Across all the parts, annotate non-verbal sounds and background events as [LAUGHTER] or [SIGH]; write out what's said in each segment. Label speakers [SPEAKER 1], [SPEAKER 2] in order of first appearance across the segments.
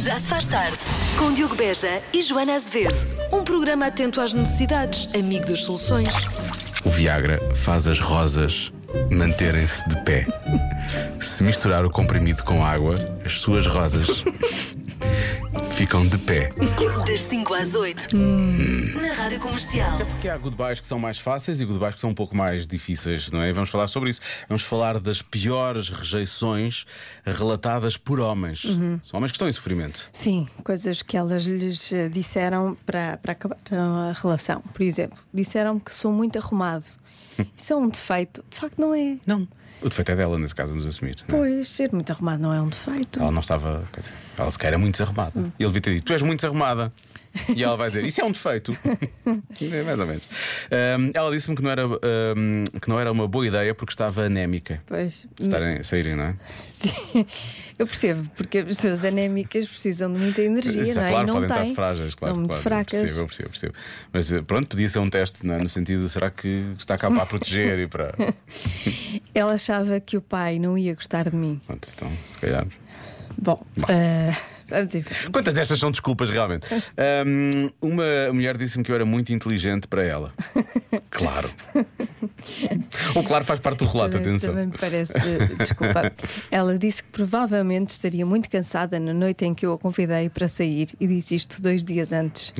[SPEAKER 1] Já se faz tarde, com Diogo Beja e Joana Azevedo. Um programa atento às necessidades, amigo das soluções.
[SPEAKER 2] O Viagra faz as rosas manterem-se de pé. Se misturar o comprimido com água, as suas rosas [LAUGHS] ficam de pé.
[SPEAKER 1] Das 5 às 8, na Rádio Comercial.
[SPEAKER 2] Até porque há goodbyes que são mais fáceis e goodbyes que são um pouco mais difíceis, não é? Vamos falar sobre isso. Vamos falar das piores rejeições relatadas por homens. São homens que estão em sofrimento.
[SPEAKER 3] Sim, coisas que elas lhes eh, disseram para, para acabar a relação. Por exemplo, disseram que sou
[SPEAKER 2] [LAUGHS]
[SPEAKER 3] muito arrumado. Isso é um defeito. De facto, não é.
[SPEAKER 2] Não. O defeito é dela, nesse caso, vamos assumir. não é?
[SPEAKER 3] Pois, ser muito arrumado não é um defeito.
[SPEAKER 2] Ela não estava. quer dizer, Ela sequer era muito desarrumada. Ele devia ter dito: Tu és muito desarrumada. E ela vai dizer: Isso é um defeito. é, mais ou menos. Ahm, ela disse-me que, não era, ahm, que não era uma boa ideia porque estava anémica.
[SPEAKER 3] Pois,
[SPEAKER 2] Estarem, saírem, não é?
[SPEAKER 3] sim. Eu percebo, porque as pessoas anémicas precisam de muita energia,
[SPEAKER 2] Isso,
[SPEAKER 3] não é?
[SPEAKER 2] claro,
[SPEAKER 3] e não
[SPEAKER 2] podem estar
[SPEAKER 3] têm.
[SPEAKER 2] frágeis, claro.
[SPEAKER 3] São muito
[SPEAKER 2] claro,
[SPEAKER 3] fracas.
[SPEAKER 2] Eu percebo, eu percebo, eu percebo. Mas eh, pronto, podia ser um teste, não é? no sentido: será que está cá para a proteger e
[SPEAKER 3] [LAUGHS]
[SPEAKER 2] para.
[SPEAKER 3] Ela achava que o pai não ia gostar de mim.
[SPEAKER 2] Pronto, então, se calhar.
[SPEAKER 3] Bom, ah, [LAUGHS] vamos em frente.
[SPEAKER 2] Quantas destas são desculpas realmente? Ahm, uma mulher disse-me que eu era muito inteligente para
[SPEAKER 3] [LAUGHS]
[SPEAKER 2] ela. Claro. o claro faz parte do relato,
[SPEAKER 3] Também-
[SPEAKER 2] atenção.
[SPEAKER 3] Também me parece. eh,
[SPEAKER 2] [LAUGHS]
[SPEAKER 3] Desculpa. Ela disse que provavelmente estaria muito cansada na noite em que eu a convidei para sair e disse isto dois dias antes.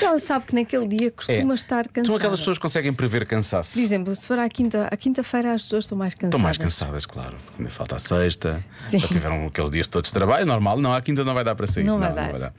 [SPEAKER 3] E Ela sabe que naquele dia costuma estar cansada.
[SPEAKER 2] É. São Então aquelas pessoas que conseguem prever cansaço.
[SPEAKER 3] Por exemplo, se for à quinta, à quinta-feira as pessoas estão mais cansadas.
[SPEAKER 2] Estão mais cansadas, claro. Ainda falta a sexta.
[SPEAKER 3] Sim.
[SPEAKER 2] Já tiveram aqueles dias todos de trabalho, normal. Não, à quinta não vai dar para sair.
[SPEAKER 3] Não vai dar.
[SPEAKER 2] Ah,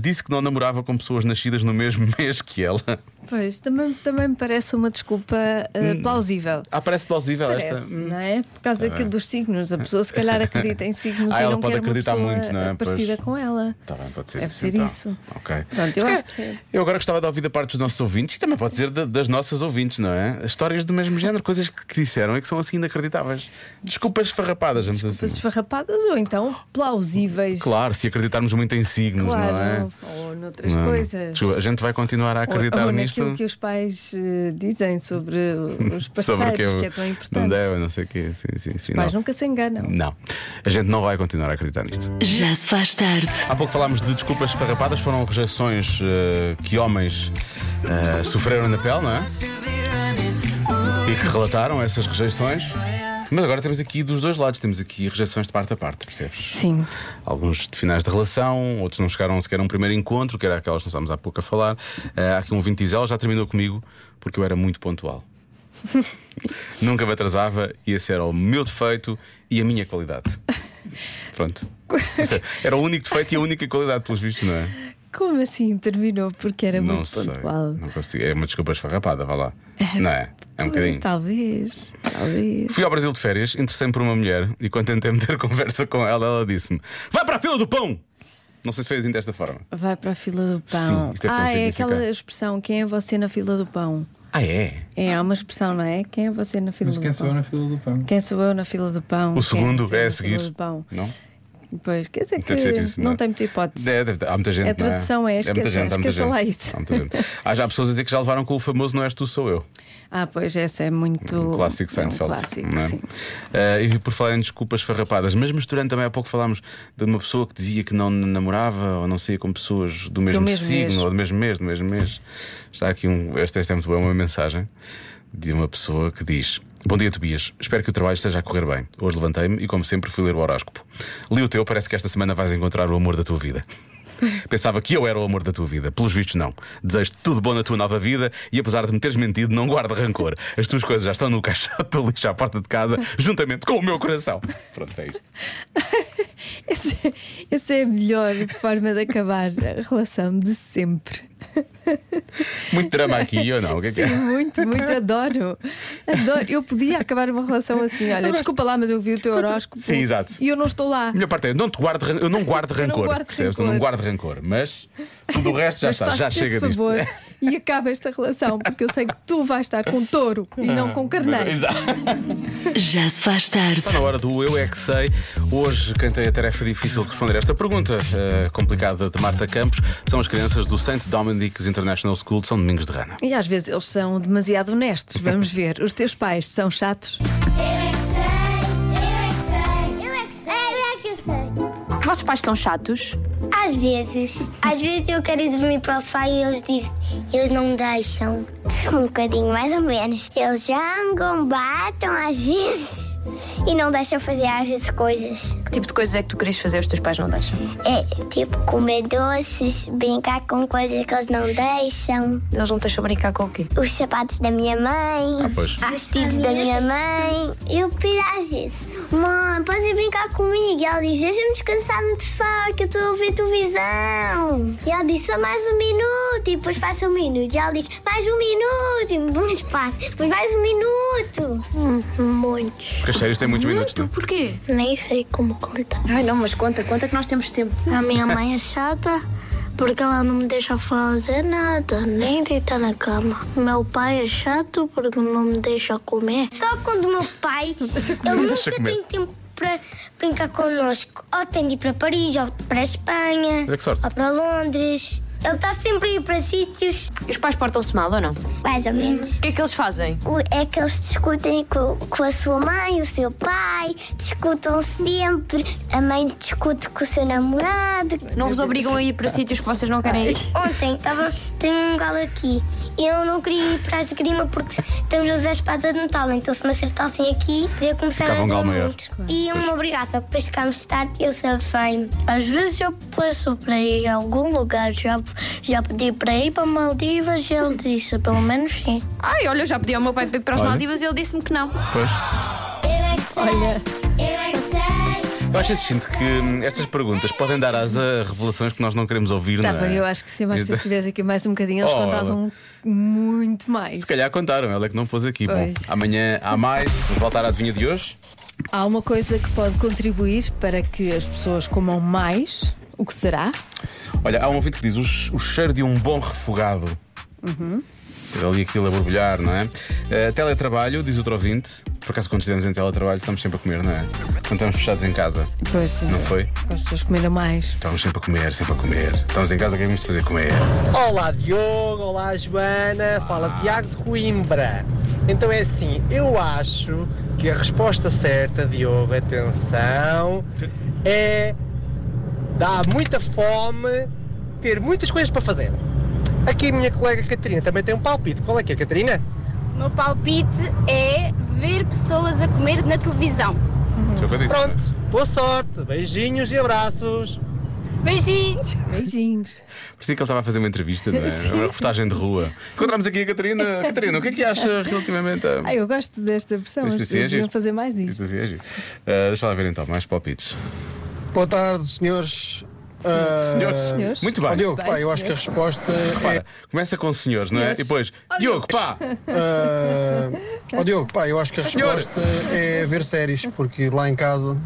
[SPEAKER 2] disse que não namorava com pessoas nascidas no mesmo [LAUGHS] mês que ela.
[SPEAKER 3] Pois, também, também me parece uma desculpa eh, plausível.
[SPEAKER 2] Ah, parece plausível esta.
[SPEAKER 3] Parece, não é? Por causa daquilo dos signos. A pessoa se calhar acredita em signos
[SPEAKER 2] Tá [LAUGHS] Ah,
[SPEAKER 3] e
[SPEAKER 2] ela
[SPEAKER 3] não
[SPEAKER 2] pode
[SPEAKER 3] quer uma
[SPEAKER 2] acreditar
[SPEAKER 3] pessoa
[SPEAKER 2] muito, não é?
[SPEAKER 3] eh, parecida
[SPEAKER 2] Pois.
[SPEAKER 3] com ela.
[SPEAKER 2] Tá bem, pode ser
[SPEAKER 3] Deve
[SPEAKER 2] isso.
[SPEAKER 3] ser
[SPEAKER 2] então.
[SPEAKER 3] isso.
[SPEAKER 2] Ok.
[SPEAKER 3] Pronto, eu
[SPEAKER 2] Se
[SPEAKER 3] acho
[SPEAKER 2] calhar-
[SPEAKER 3] que- é-
[SPEAKER 2] eu agora gostava de ouvir da parte dos nossos ouvintes e também pode ser da- das nossas ouvintes, não é? Histórias do mesmo género, coisas que que disseram e que são assim inacreditáveis. Desculpas farrapadas, vamos dizer
[SPEAKER 3] Pessoas
[SPEAKER 2] assim.
[SPEAKER 3] farrapadas ou então plausíveis.
[SPEAKER 2] Claro, se acreditarmos muito em signos,
[SPEAKER 3] Claro,
[SPEAKER 2] não é?
[SPEAKER 3] ou noutras
[SPEAKER 2] Não, não.
[SPEAKER 3] coisas.
[SPEAKER 2] Desculpa, a gente vai continuar a acreditar
[SPEAKER 3] ou, ou
[SPEAKER 2] nisto.
[SPEAKER 3] naquilo que os pais eh, dizem sobre
[SPEAKER 2] [LAUGHS]
[SPEAKER 3] os parceiros,
[SPEAKER 2] sobre o
[SPEAKER 3] que,
[SPEAKER 2] que, eu-
[SPEAKER 3] é tão
[SPEAKER 2] Não
[SPEAKER 3] importante.
[SPEAKER 2] deve, não sei o quê. Sim, sim, sim.
[SPEAKER 3] os pais
[SPEAKER 2] não.
[SPEAKER 3] nunca se enganam.
[SPEAKER 2] Não. a gente não vai continuar a acreditar nisto.
[SPEAKER 1] Já se faz tarde,
[SPEAKER 2] Há pouco falámos de desculpas farrapadas, foram rejeições eh, que homens eh, sofreram na pele, não é? E que relataram essas rejeições. Mas agora temos aqui dos dois lados, temos aqui rejeições de parte a parte, percebes?
[SPEAKER 3] Sim.
[SPEAKER 2] Alguns de finais de relação, outros não chegaram sequer a um primeiro encontro, que era aquelas que nós estávamos há pouco a falar. Eh, há aqui um 20 diz, ela já terminou comigo porque eu era muito
[SPEAKER 3] [LAUGHS]
[SPEAKER 2] pontual. Nunca me atrasava e esse era o meu defeito e a minha qualidade. Pronto. Ou seja, Era o único defeito e a única qualidade, pelos vistos, não é?
[SPEAKER 3] Como assim terminou? Porque era
[SPEAKER 2] não
[SPEAKER 3] É muito pontual.
[SPEAKER 2] Não consigo. É uma desculpa esfarrapada, vá lá. Não é? É um bocadinho.
[SPEAKER 3] Mas talvez, talvez.
[SPEAKER 2] Fui ao Brasil de férias, interessei-me por uma mulher e quando tentei meter [LAUGHS] conversa com ela, ela disse-me: Vai para a fila do pão! Não sei se foi assim desta forma.
[SPEAKER 3] Vai para a fila do
[SPEAKER 2] Sim,
[SPEAKER 3] pão.
[SPEAKER 2] isto deve ter um
[SPEAKER 3] ah, é
[SPEAKER 2] significado.
[SPEAKER 3] aquela expressão: quem é você na fila do pão?
[SPEAKER 2] Ah, é?
[SPEAKER 3] É, há uma expressão, não é? Quem é você na fila
[SPEAKER 4] Mas
[SPEAKER 3] do
[SPEAKER 4] quem
[SPEAKER 3] pão?
[SPEAKER 4] sou eu na fila do pão?
[SPEAKER 3] Quem sou eu na fila do pão?
[SPEAKER 2] O
[SPEAKER 3] Quem
[SPEAKER 2] segundo
[SPEAKER 3] você
[SPEAKER 2] é
[SPEAKER 3] na
[SPEAKER 2] a seguir.
[SPEAKER 3] Fila do pão?
[SPEAKER 2] Não?
[SPEAKER 3] Pois, quer dizer É que
[SPEAKER 2] Deve ser isso,
[SPEAKER 3] não,
[SPEAKER 2] é?
[SPEAKER 3] tem muita hipótese.
[SPEAKER 2] É, deve- há muita gente.
[SPEAKER 3] A tradução
[SPEAKER 2] não é?
[SPEAKER 3] é,
[SPEAKER 2] há muita
[SPEAKER 3] esqueça-
[SPEAKER 2] gente, há muita
[SPEAKER 3] esqueça lá
[SPEAKER 2] gente.
[SPEAKER 3] isso.
[SPEAKER 2] Há muita gente. Há já pessoas a dizer que já levaram com o famoso Não és tu, sou eu.
[SPEAKER 3] Ah, pois, essa é muito.
[SPEAKER 2] Um clássico
[SPEAKER 3] É um
[SPEAKER 2] Seinfeld.
[SPEAKER 3] clássico,
[SPEAKER 2] não é?
[SPEAKER 3] sim.
[SPEAKER 2] Eh, e por falar em desculpas farrapadas, mesmo misturando também há pouco falámos de uma pessoa que dizia que não namorava ou não saía com pessoas do mesmo,
[SPEAKER 3] mesmo
[SPEAKER 2] signo
[SPEAKER 3] mês.
[SPEAKER 2] ou do mesmo mês, do mesmo mês. Está aqui um. Esta, esta é muito boa, uma mensagem de uma pessoa que diz. Bom dia, Tobias. Espero que o trabalho esteja a correr bem. Hoje levantei-me e, como sempre, fui ler o horóscopo. Li o teu, parece que esta semana vais encontrar o amor da tua vida. [LAUGHS] Pensava que eu era o amor da tua vida. Pelos vistos, não. Desejo tudo bom na tua nova vida e, apesar de me teres mentido, não guarda rancor. As tuas coisas já estão no caixote [LAUGHS] do lixo à porta de casa, juntamente com o meu coração. Pronto, é isto.
[SPEAKER 3] Essa, essa é a melhor forma de acabar a relação de sempre.
[SPEAKER 2] Muito drama aqui, ou não? O que é que
[SPEAKER 3] Sim,
[SPEAKER 2] é?
[SPEAKER 3] muito, muito, adoro. Adoro. Eu podia acabar uma relação assim. Olha, desculpa lá, mas eu vi o teu horóscopo.
[SPEAKER 2] Sim, exato.
[SPEAKER 3] E eu não estou lá.
[SPEAKER 2] A minha parte é: não te guardo, ran- eu não guardo
[SPEAKER 3] Eu não
[SPEAKER 2] rancor.
[SPEAKER 3] guardo
[SPEAKER 2] percebes? Eu
[SPEAKER 3] rancor.
[SPEAKER 2] não guardo rancor. Mas tudo o resto já
[SPEAKER 3] mas
[SPEAKER 2] está, já
[SPEAKER 3] faz-te esse
[SPEAKER 2] chega disto. [LAUGHS]
[SPEAKER 3] favor e acaba esta relação, porque eu sei que tu vais estar com touro e
[SPEAKER 2] Ah,
[SPEAKER 3] não com carneiro.
[SPEAKER 2] Exato.
[SPEAKER 1] já se faz tarde,
[SPEAKER 2] Está na hora do Eu É Que Sei. Hoje, quem tem a tarefa difícil de responder esta pergunta eh, complicada de Marta Campos são as crianças do St. Dominic's International School de São Domingos de Rana.
[SPEAKER 3] E às vezes eles são demasiado honestos. Vamos ver. Os teus pais são chatos.
[SPEAKER 5] Eu é que sei, eu é que sei, eu é que sei, eu é que sei.
[SPEAKER 6] Vocês
[SPEAKER 4] vossos pais são chatos?
[SPEAKER 5] Às vezes. Às vezes eu quero ir dormir para o sofá e eles dizem, eles não me deixam. [LAUGHS] Um bocadinho, mais ou menos. Eles jangam, batam às vezes e não deixam fazer às vezes coisas.
[SPEAKER 4] Que tipo de coisas é que tu querias fazer e os teus pais não deixam?
[SPEAKER 5] É tipo comer doces, brincar com coisas que eles não deixam.
[SPEAKER 4] Eles não te deixam brincar com o quê?
[SPEAKER 5] Os sapatos da minha mãe,
[SPEAKER 2] Ah, pois.
[SPEAKER 5] os vestidos da minha mãe. Eu pido às vezes, mãe, podes ir brincar comigo? E ela diz, deixa-me descansar no sofá que eu estou a ouvir televisão. E ela diz, só mais um minuto. E depois passa um minuto. E ela diz, mais um minuto. E depois passa, depois mais um minuto.
[SPEAKER 6] Hum, Muitos.
[SPEAKER 2] Porque as séries têm muitos minutos, não? é?
[SPEAKER 4] Porquê?
[SPEAKER 6] Nem sei como contar.
[SPEAKER 4] Ai não, mas conta, conta que nós temos tempo.
[SPEAKER 6] A minha mãe é chata porque ela não me deixa fazer nada, nem deitar na cama. Meu pai é chato porque não me deixa comer.
[SPEAKER 5] Só quando o meu pai,
[SPEAKER 2] [LAUGHS]
[SPEAKER 5] ele
[SPEAKER 2] deixa
[SPEAKER 5] nunca
[SPEAKER 2] comer.
[SPEAKER 5] tem tempo para brincar connosco. Ou tem de ir para Paris, ou para a Espanha,
[SPEAKER 2] Olha que sorte.
[SPEAKER 5] ou para Londres. Ele está sempre a ir para sítios.
[SPEAKER 4] E os pais portam-se mal ou não? O
[SPEAKER 5] Mais ou menos.
[SPEAKER 4] que é que eles fazem?
[SPEAKER 5] O- É que eles discutem com, com a sua mãe, o seu pai, discutam sempre. A mãe discute com o seu namorado.
[SPEAKER 4] Não vos obrigam a ir para sítios que vocês não querem ir?
[SPEAKER 5] Ontem estava, tenho um galo aqui e eu não queria ir para a esgrima porque estamos a usar a espada de Natal, então se me acertassem aqui, podia começar
[SPEAKER 2] Ficava
[SPEAKER 5] a
[SPEAKER 2] um
[SPEAKER 5] dar
[SPEAKER 2] galo maior.
[SPEAKER 5] muito. E eu me obrigava, depois chegámos tarde e eu safei-me.
[SPEAKER 6] Às vezes eu passo para ir a algum lugar, já, já pedi para ir para Maldivas e ele disse, pelo menos sim.
[SPEAKER 4] Ai, olha, eu já pedi ao meu pai para ir para as
[SPEAKER 2] Olha.
[SPEAKER 4] Maldivas e ele disse-me que não.
[SPEAKER 2] Pois.
[SPEAKER 5] Eu é que sei, eu é que sei.
[SPEAKER 2] Eu acho que sinto que hum, estas perguntas podem dar asa a revelações que nós não queremos ouvir,
[SPEAKER 3] Tá
[SPEAKER 2] não
[SPEAKER 3] bem,
[SPEAKER 2] é?
[SPEAKER 3] eu acho que se mais tu
[SPEAKER 2] Isso-
[SPEAKER 3] estivesse aqui mais um bocadinho, eles
[SPEAKER 2] Oh,
[SPEAKER 3] contavam muito mais.
[SPEAKER 2] Se calhar contaram, ela é que não pôs aqui. Bom,
[SPEAKER 3] Pois.
[SPEAKER 2] amanhã há mais. Vamos voltar à adivinha de hoje.
[SPEAKER 3] Há uma coisa que pode contribuir para que as pessoas comam mais. O que será?
[SPEAKER 2] Olha, há um ouvinte que diz o, che- o cheiro de um bom refogado.
[SPEAKER 3] Uhum.
[SPEAKER 2] Ter ali aquilo a borbulhar, não é? Eh, teletrabalho, diz outro ouvinte. Por acaso, quando estivemos em teletrabalho, estamos sempre a comer, não é? Quando estamos fechados em casa.
[SPEAKER 3] Pois eh,
[SPEAKER 2] Não foi?
[SPEAKER 3] as pessoas comeram mais.
[SPEAKER 2] Estamos sempre a comer, sempre a comer. Estamos em casa, o que é que vamos fazer? Comer.
[SPEAKER 7] Olá Diogo, olá Joana, fala Tiago de Coimbra. Então é assim, eu acho que a resposta certa, Diogo, atenção, é dá muita fome ter muitas coisas para fazer. Aqui a minha colega Catarina também tem um palpite. Qual é que é, Catarina?
[SPEAKER 8] meu palpite é ver pessoas a comer na televisão.
[SPEAKER 2] Isso é o que eu disse,
[SPEAKER 7] Pronto, boa sorte, beijinhos e abraços.
[SPEAKER 8] Beijinhos!
[SPEAKER 3] Beijinhos.
[SPEAKER 2] Parecia que ele estava a fazer uma entrevista,
[SPEAKER 3] [LAUGHS]
[SPEAKER 2] não é? Uma reportagem de rua. Encontramos aqui a Catarina. Catarina, o que é que acha relativamente a.
[SPEAKER 3] Ah, eu gosto desta versão. As
[SPEAKER 2] Isto assim é giro.
[SPEAKER 3] pessoas deviam fazer mais isto.
[SPEAKER 2] assim é giro. Ah, deixa lá ver então, mais palpites.
[SPEAKER 9] Boa tarde, senhores.
[SPEAKER 2] Senhores,
[SPEAKER 9] Ah,
[SPEAKER 3] senhores.
[SPEAKER 2] Muito bem.
[SPEAKER 9] ó, Diogo, pá,
[SPEAKER 3] Bem,
[SPEAKER 9] eu acho que a
[SPEAKER 3] senhores.
[SPEAKER 9] resposta é.
[SPEAKER 2] Repara, começa com senhores, não é? E depois, Diogo,
[SPEAKER 3] [LAUGHS]
[SPEAKER 2] pá!
[SPEAKER 9] ah, ó, Diogo, pá, eu acho que a
[SPEAKER 2] Senhores.
[SPEAKER 9] resposta é ver séries, porque lá em casa,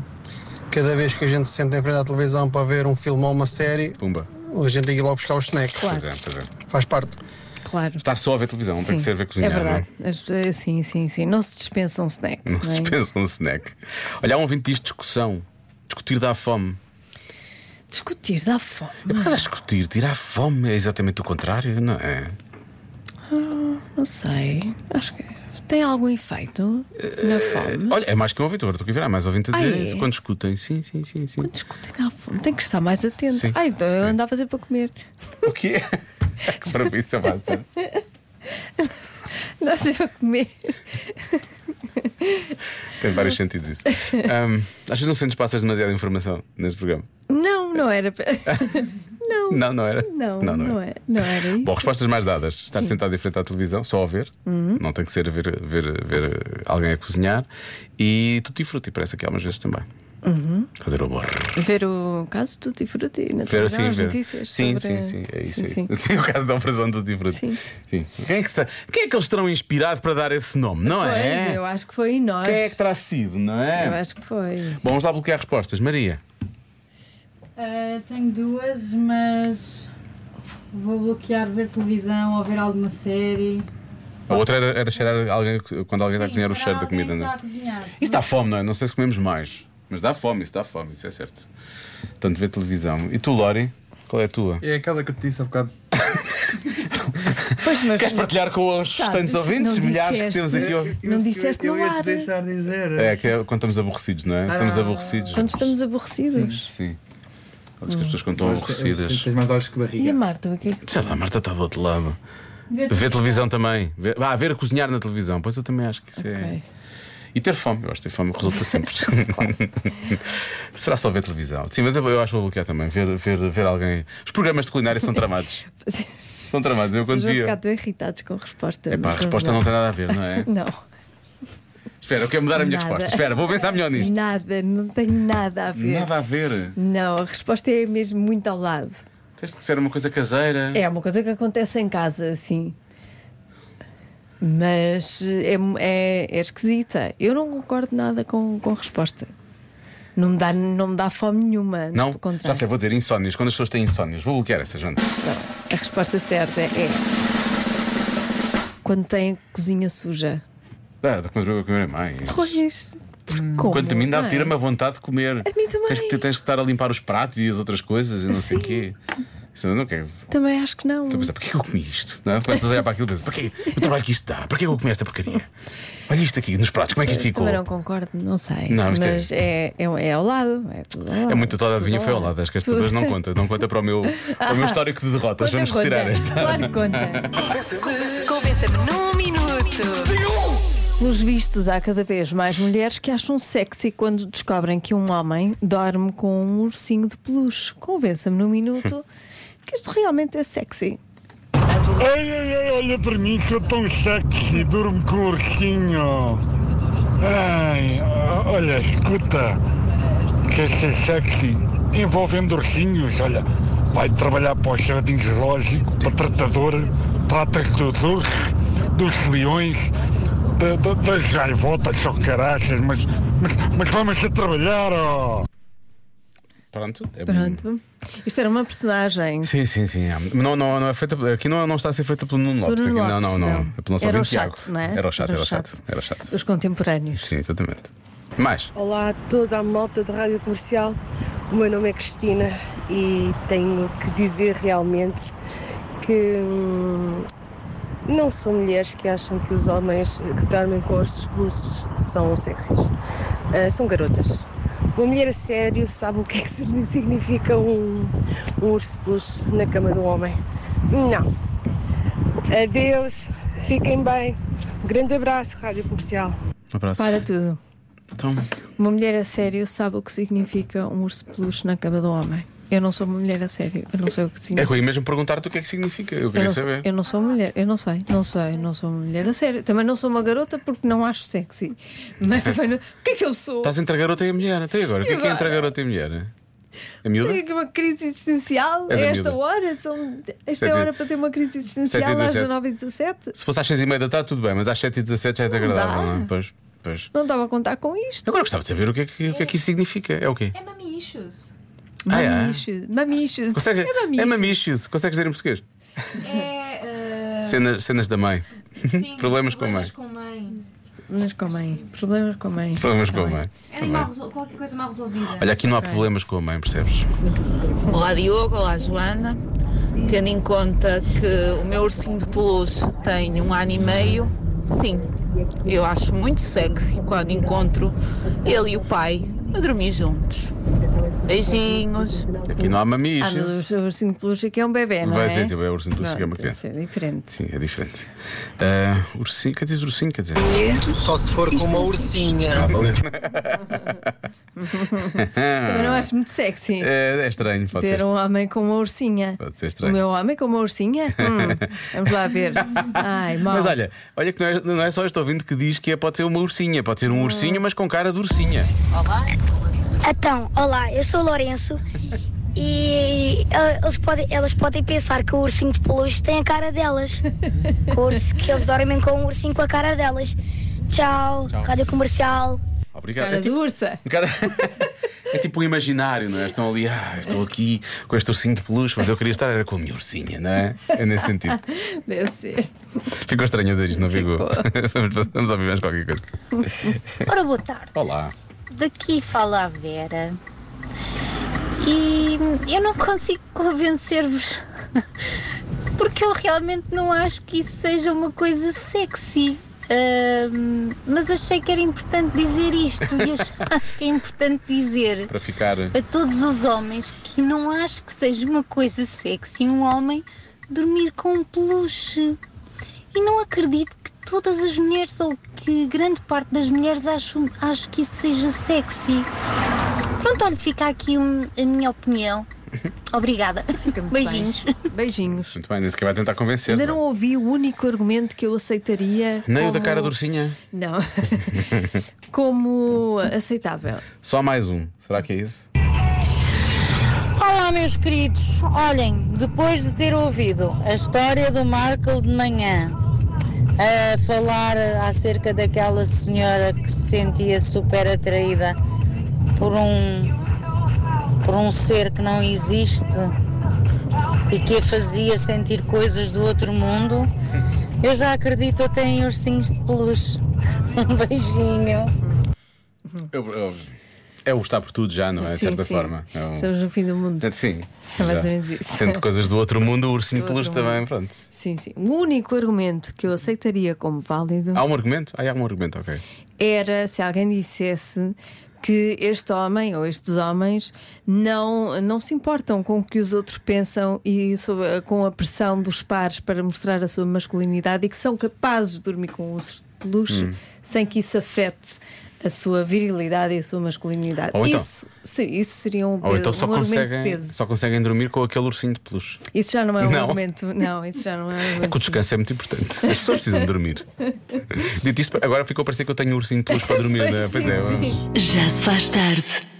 [SPEAKER 9] cada vez que a gente se senta em frente à televisão para ver um filme ou uma série,
[SPEAKER 2] Pumba.
[SPEAKER 9] a gente tem que ir logo buscar os snacks.
[SPEAKER 2] Pois é, pois é.
[SPEAKER 9] Faz parte.
[SPEAKER 3] Claro.
[SPEAKER 2] Estar só a ver televisão, não tem que ser a ver
[SPEAKER 3] é
[SPEAKER 2] cozinhar, não
[SPEAKER 3] verdade. As pessoas- eh, sim, sim, sim. Não se dispensa um snack.
[SPEAKER 2] Não se
[SPEAKER 3] é?
[SPEAKER 2] dispensa um snack. Olha, há um ouvinte que diz discussão. Discutir dá fome.
[SPEAKER 3] Discutir dá fome.
[SPEAKER 2] É por causa de discutir, tirar fome é exatamente o contrário, não é?
[SPEAKER 3] Não sei. Acho que tem algum efeito na fome.
[SPEAKER 2] Olha, é mais que um ouvinte, agora estou aqui a ver, há mais ouvinte a dizer
[SPEAKER 3] Ah, é?
[SPEAKER 2] isso quando discutem. Sim, sim, sim, sim.
[SPEAKER 3] Discutir dá fome. Tem que estar mais atento.
[SPEAKER 2] Sim.
[SPEAKER 3] Ah, então eu andava sempre para comer.
[SPEAKER 2] O
[SPEAKER 3] [LAUGHS]
[SPEAKER 2] quê? que preguiça passa.
[SPEAKER 3] Andava sempre para comer.
[SPEAKER 2] Tem vários sentidos isso. Ahm, às vezes não sentes que passas demasiada informação neste programa.
[SPEAKER 3] Não, não era.
[SPEAKER 2] [LAUGHS]
[SPEAKER 3] para- não.
[SPEAKER 2] Não, não era?
[SPEAKER 3] Não, não,
[SPEAKER 2] era.
[SPEAKER 3] é- não era isso.
[SPEAKER 2] Bom, respostas mais dadas. Estar sentado em frente à televisão, só a ver.
[SPEAKER 3] Uhum.
[SPEAKER 2] Não tem que ser a ver, ver, ver alguém a cozinhar. E tutti frutti, parece que algumas vezes também.
[SPEAKER 3] Uhum.
[SPEAKER 2] Fazer o amor.
[SPEAKER 3] Ver o caso do Tutti Frutti na
[SPEAKER 2] Ver
[SPEAKER 3] televisão,
[SPEAKER 2] assim,
[SPEAKER 3] as
[SPEAKER 2] ver.
[SPEAKER 3] notícias.
[SPEAKER 2] Sim,
[SPEAKER 3] sobre-
[SPEAKER 2] sim, sim. É isso. [LAUGHS]
[SPEAKER 3] Sim,
[SPEAKER 2] aí.
[SPEAKER 3] sim.
[SPEAKER 2] Sim, o caso da operação do Tutti Frutti.
[SPEAKER 3] Sim.
[SPEAKER 2] Sim. Quem, é que está- quem é que eles terão inspirado para dar esse nome, não
[SPEAKER 3] Pois,
[SPEAKER 2] é?
[SPEAKER 3] eu acho que foi em nós.
[SPEAKER 2] Quem é que terá sido, não
[SPEAKER 3] Eu
[SPEAKER 2] é?
[SPEAKER 3] acho que foi.
[SPEAKER 2] Bom, vamos lá bloquear respostas. Maria.
[SPEAKER 10] Ah, tenho duas, mas vou bloquear ver televisão ou ver alguma série.
[SPEAKER 2] A outra era, era cheirar alguém, quando alguém está a
[SPEAKER 10] Sim,
[SPEAKER 2] cozinhar o
[SPEAKER 10] será
[SPEAKER 2] cheiro da
[SPEAKER 10] alguém
[SPEAKER 2] comida,
[SPEAKER 10] que
[SPEAKER 2] não
[SPEAKER 10] está
[SPEAKER 2] é?
[SPEAKER 10] a cozinhar.
[SPEAKER 2] Isso dá fome, não é? Não sei se comemos mais, mas dá fome, isso dá fome, isso é certo. Tanto ver televisão. E tu, Lori, qual é a tua?
[SPEAKER 11] É aquela que eu te disse há bocado.
[SPEAKER 3] Pois, mas
[SPEAKER 2] Queres partilhar com os
[SPEAKER 3] Sabes,
[SPEAKER 2] restantes ouvintes,
[SPEAKER 3] não
[SPEAKER 2] milhares que temos
[SPEAKER 3] disseste.
[SPEAKER 2] aqui? ao-
[SPEAKER 3] Não disseste
[SPEAKER 11] eu,
[SPEAKER 3] no
[SPEAKER 11] eu ia
[SPEAKER 3] ar.
[SPEAKER 11] te deixar dizer.
[SPEAKER 2] Ah. É, que é quando estamos é? aborrecidos, não é? Estamos aborrecidos.
[SPEAKER 3] quando estamos aborrecidos.
[SPEAKER 2] Sim. Ela diz que as pessoas quando estão aborrecidas.
[SPEAKER 11] Tens mais olhos que barriga.
[SPEAKER 3] E a Marta, o que é que
[SPEAKER 2] Sei lá, a Marta está do outro lado.
[SPEAKER 3] Ver
[SPEAKER 2] Ver televisão também. Ver, vá, ver a cozinhar na televisão. Pois eu também acho que isso é. E ter fome, eu acho que ter fome resulta sempre.
[SPEAKER 3] [LAUGHS]
[SPEAKER 2] Será só ver televisão? Sim, mas eu, eu acho que vou bloquear também. Ver, ver, ver alguém. Os programas de culinária são tramados. são tramados. Eu quando
[SPEAKER 3] Vocês vão ficar
[SPEAKER 2] via.
[SPEAKER 3] tão irritados com a resposta.
[SPEAKER 2] Epá,
[SPEAKER 3] mas
[SPEAKER 2] a resposta
[SPEAKER 3] vamos
[SPEAKER 2] não tem
[SPEAKER 3] lá.
[SPEAKER 2] nada a ver, não
[SPEAKER 3] [LAUGHS]
[SPEAKER 2] é?
[SPEAKER 3] Não.
[SPEAKER 2] Espera, eu quero mudar a minha
[SPEAKER 3] Nada.
[SPEAKER 2] resposta. Espera, vou pensar melhor
[SPEAKER 3] [LAUGHS]
[SPEAKER 2] nisto.
[SPEAKER 3] Nada, não tem nada a ver.
[SPEAKER 2] Nada a ver.
[SPEAKER 3] Não, a resposta é mesmo muito ao lado.
[SPEAKER 2] Tens de ser uma coisa caseira.
[SPEAKER 3] É uma coisa que acontece em casa, assim. Mas eh, é, é, é esquisita. Eu não concordo nada com, com a resposta. Não me dá, não me dá fome nenhuma. antes
[SPEAKER 2] Não?
[SPEAKER 3] pelo contrário.
[SPEAKER 2] Já sei, vou dizer insónias. Quando as pessoas têm insónias, vou bloquear essa, Joana.
[SPEAKER 3] A resposta certa é. Quando tem a cozinha suja.
[SPEAKER 2] Ah, da comer a comer a mãe.
[SPEAKER 3] Pois. Como?
[SPEAKER 2] Hum. Quanto a mim, dá
[SPEAKER 3] não é?
[SPEAKER 2] tira-me a vontade de comer.
[SPEAKER 3] A mim também.
[SPEAKER 2] Tens que, tens que estar a limpar os pratos e as outras coisas e não sei o quê. Isso eu não quero.
[SPEAKER 3] Também acho que não.
[SPEAKER 2] Estou a pensar, porquê que eu comi isto? Não é? Começas a olhar para aquilo e pensas, porquê? O trabalho que isto dá? Porquê que eu comi esta porcaria? Olha isto aqui nos pratos, como é que isto
[SPEAKER 3] Eu
[SPEAKER 2] ficou?
[SPEAKER 3] Também não concordo, não sei.
[SPEAKER 2] Não, isto é-
[SPEAKER 3] mas é... É, é, ao lado. É, tudo ao lado.
[SPEAKER 2] É muito toda a adivinha
[SPEAKER 3] Tudo
[SPEAKER 2] foi ao lado, acho que esta
[SPEAKER 3] Tudo. Ah.
[SPEAKER 2] dois não conta, não conta para o meu, para o meu histórico de derrotas.
[SPEAKER 3] Conta,
[SPEAKER 2] Vamos retirar
[SPEAKER 3] conta.
[SPEAKER 2] esta.
[SPEAKER 3] Claro que conta.
[SPEAKER 1] Convença-me num minuto.
[SPEAKER 3] Nos vistos, há cada vez mais mulheres que acham sexy quando descobrem que um homem dorme com um ursinho de peluche. Convença-me num
[SPEAKER 2] [LAUGHS]
[SPEAKER 3] minuto que isto realmente é sexy.
[SPEAKER 2] Hum.
[SPEAKER 12] Ai, ai, ai, olha para mim, sou tão sexy, durmo com o ursinho. Ai, o- olha, escuta, quer ser sexy envolvendo ursinhos, olha, vai trabalhar para o jardim zoológico, para tratador, trata-se dos ursos, dos leões, da- da- das gaivotas, só carachas, mas, mas, mas vamos a trabalhar, ó.
[SPEAKER 2] Pronto, é
[SPEAKER 3] Pronto. Isto era uma personagem.
[SPEAKER 2] Sim, sim, sim. Não, não, não é feita, aqui não, não está a ser feita pelo Nuno
[SPEAKER 3] Do
[SPEAKER 2] Lopes.
[SPEAKER 3] Nuno
[SPEAKER 2] aqui, não, não,
[SPEAKER 3] Lopes,
[SPEAKER 2] não.
[SPEAKER 3] não.
[SPEAKER 2] É pelo nosso
[SPEAKER 3] Era o
[SPEAKER 2] ouvinte Tiago.
[SPEAKER 3] chato, não é?
[SPEAKER 2] Era o chato,
[SPEAKER 3] Era o
[SPEAKER 2] era o chato.
[SPEAKER 3] chato.
[SPEAKER 2] Era o chato.
[SPEAKER 3] Dos contemporâneos.
[SPEAKER 2] Sim, exatamente. Mais.
[SPEAKER 13] Olá a toda a malta da Rádio Comercial. O meu nome é Cristina e tenho que dizer realmente que hum, não são mulheres que acham que os homens que dormem com os russos são sexys. Ah, são garotas. Uma mulher a sério sabe o que é que significa um, um urso peluche na cama de um homem. Não. Adeus. Fiquem bem. Um grande abraço, Rádio Comercial.
[SPEAKER 3] Para tudo.
[SPEAKER 2] Então,
[SPEAKER 3] Uma mulher a sério sabe o que significa um urso peluche na cama do homem. Eu não sou uma mulher a sério. Eu não sei o que significa.
[SPEAKER 2] é que eu ia mesmo perguntar-te o que é que significa. Eu
[SPEAKER 3] Eu
[SPEAKER 2] queria
[SPEAKER 3] não, sou,
[SPEAKER 2] saber.
[SPEAKER 3] eu não sou mulher, eu não sei, não sei, não sou uma mulher a sério. Também não sou uma garota porque não acho sexy. Mas também não. O que é que eu sou?
[SPEAKER 2] Estás entre a garota e a mulher, até agora. O que é que é entre a garota e a mulher? A miúda?
[SPEAKER 3] Tenho aqui uma crise existencial
[SPEAKER 2] És
[SPEAKER 3] a
[SPEAKER 2] a
[SPEAKER 3] esta
[SPEAKER 2] miúda.
[SPEAKER 3] hora. São, esta é
[SPEAKER 2] Sete
[SPEAKER 3] a
[SPEAKER 2] e-
[SPEAKER 3] hora para ter uma crise existencial
[SPEAKER 2] sete e
[SPEAKER 3] às
[SPEAKER 2] dezessete.
[SPEAKER 3] 19h17.
[SPEAKER 2] Se fosse às 6 e meia da tarde, tudo bem, mas às 7 e 17 já é desagradável,
[SPEAKER 3] dá.
[SPEAKER 2] não é? Pois, pois.
[SPEAKER 3] Não estava a contar com isto.
[SPEAKER 2] Agora gostava de saber o que é que, o que, é que isso significa. É o quê?
[SPEAKER 3] É mamichos.
[SPEAKER 2] Ah, é?
[SPEAKER 3] Mamichos. Mamichos.
[SPEAKER 2] Consegue...
[SPEAKER 3] É mamichos.
[SPEAKER 2] É mamichos. Consegues dizer em português? [LAUGHS]
[SPEAKER 10] É.
[SPEAKER 2] Cenas, cenas da mãe.
[SPEAKER 10] Sim,
[SPEAKER 2] problemas com a mãe.
[SPEAKER 10] com mãe.
[SPEAKER 3] Problemas com a mãe. Problemas com a mãe.
[SPEAKER 2] Problemas com a mãe.
[SPEAKER 10] Era mal resol- qualquer coisa mal resolvida.
[SPEAKER 2] Tá Olha, aqui não há problemas com a mãe, percebes?
[SPEAKER 14] Olá Diogo, olá Joana. Tendo em conta que o meu ursinho de peluche tem um ano e meio, sim, eu acho muito sexy quando encontro ele e o pai a dormir juntos. Beijinhos.
[SPEAKER 2] Aqui não há
[SPEAKER 3] Ah, mas
[SPEAKER 2] mamichos.
[SPEAKER 3] o ursinho de peluche aqui é um bebê, não
[SPEAKER 2] Vai
[SPEAKER 3] é?
[SPEAKER 2] dizer, sim, é o ursinho de peluche que é uma
[SPEAKER 3] Pronto,
[SPEAKER 2] criança.
[SPEAKER 3] isso É diferente.
[SPEAKER 2] Sim, é diferente. Ah, ursinho, quer dizer ursinho, quer dizer.
[SPEAKER 7] Só se for com uma ursinha.
[SPEAKER 3] Também não acho muito sexy.
[SPEAKER 2] Ah. É, é estranho, pode ser.
[SPEAKER 3] Ter um homem com uma ursinha.
[SPEAKER 2] Pode ser
[SPEAKER 3] O
[SPEAKER 2] estranho.
[SPEAKER 3] meu homem com uma
[SPEAKER 2] [LAUGHS]
[SPEAKER 3] ursinha? Hum, vamos lá ver. Ai, mal.
[SPEAKER 2] Mas olha, olha que não é, não é só este ouvinte que diz que é, pode ser uma ursinha, pode ser um ursinho, mas com cara de ursinha.
[SPEAKER 15] Então, olá, eu sou o Lourenço e eh, eles podem, elas podem pensar que o ursinho de peluche tem a cara delas. Que, o urso- que eles dormem com um ursinho com a cara delas. Tchau,
[SPEAKER 2] Tchau.
[SPEAKER 15] Rádio Comercial.
[SPEAKER 2] Obrigado.
[SPEAKER 15] Cara
[SPEAKER 2] é
[SPEAKER 15] de
[SPEAKER 2] tipo,
[SPEAKER 3] ursa.
[SPEAKER 2] cara- [LAUGHS] é tipo um imaginário, não é? Estão ali, ah, estou aqui com este ursinho de peluche, mas eu queria estar era com a minha ursinha, não é? É nesse sentido.
[SPEAKER 3] Deve ser.
[SPEAKER 2] Ficou estranho a dizer isto, não ficou? [LAUGHS] Vamos- Vamos ouvir mais qualquer coisa.
[SPEAKER 16] Ora, boa tarde.
[SPEAKER 2] Olá.
[SPEAKER 16] Daqui fala a Vera. E eu não consigo convencer-vos. Porque eu realmente não acho que isso seja uma coisa sexy.
[SPEAKER 4] Ahm, mas achei que era importante dizer isto e acho- acho que é importante dizer
[SPEAKER 2] Para ficar.
[SPEAKER 4] a todos os homens que não acho que seja uma coisa sexy um homem dormir com um peluche. E não acredito que todas as mulheres ou que grande parte das mulheres acham acho que isso seja sexy. Pronto, olha, fica aqui um- a minha opinião. Obrigada. Beijinhos.
[SPEAKER 3] Beijinhos.
[SPEAKER 2] Muito bem, nem sequer vai tentar convencer.
[SPEAKER 3] Ainda
[SPEAKER 2] não
[SPEAKER 3] não ouvi o único argumento que eu aceitaria.
[SPEAKER 2] é? Nem o da
[SPEAKER 3] como-
[SPEAKER 2] cara de ursinha.
[SPEAKER 3] Não. [LAUGHS] como aceitável.
[SPEAKER 2] Só mais um. Será que é isso?
[SPEAKER 13] Olá, meus queridos. Olhem, depois de ter ouvido a história do Markle de manhã, a falar acerca daquela senhora que se sentia super atraída por um, por um ser que não existe e que a fazia sentir coisas do outro mundo, eu já acredito até em ursinhos de peluche. [LAUGHS] Um beijinho.
[SPEAKER 2] Eu, eu- é o estar por tudo já, não é? De
[SPEAKER 3] Sim,
[SPEAKER 2] certa
[SPEAKER 3] sim.
[SPEAKER 2] forma. É um-
[SPEAKER 3] Estamos no fim do mundo.
[SPEAKER 2] É, Sim.
[SPEAKER 3] É mais
[SPEAKER 2] Já.
[SPEAKER 3] ou menos isso.
[SPEAKER 2] Sendo coisas do outro mundo, o ursinho
[SPEAKER 3] Do
[SPEAKER 2] de peluche
[SPEAKER 3] outro mundo.
[SPEAKER 2] também, pronto.
[SPEAKER 3] Sim, sim. O único argumento que eu aceitaria como válido
[SPEAKER 2] Há um argumento? Ah, há um argumento, ok.
[SPEAKER 3] era se alguém dissesse que este homem ou estes homens não, não se importam com o que os outros pensam e sob- com a pressão dos pares para mostrar a sua masculinidade e que são capazes de dormir com ursos de peluche
[SPEAKER 2] Hum.
[SPEAKER 3] sem que isso afete a sua virilidade e a sua masculinidade.
[SPEAKER 2] Ou então-
[SPEAKER 3] isso, sim, isso seria um,
[SPEAKER 2] Ou
[SPEAKER 3] peso-
[SPEAKER 2] então só
[SPEAKER 3] um argumento de
[SPEAKER 2] conseguem,
[SPEAKER 3] peso.
[SPEAKER 2] só conseguem dormir com aquele ursinho de peluche.
[SPEAKER 3] Isso já não é um
[SPEAKER 2] Não.
[SPEAKER 3] argumento. Não, isso já não é
[SPEAKER 2] [LAUGHS] É
[SPEAKER 3] um
[SPEAKER 2] que o
[SPEAKER 3] argumento.
[SPEAKER 2] descanso é muito importante. As pessoas precisam
[SPEAKER 3] [LAUGHS]
[SPEAKER 2] dormir. Dito isto, agora ficou a parecer que eu tenho um ursinho de peluche para dormir, não é? Pois é. vamos.
[SPEAKER 1] Já se faz tarde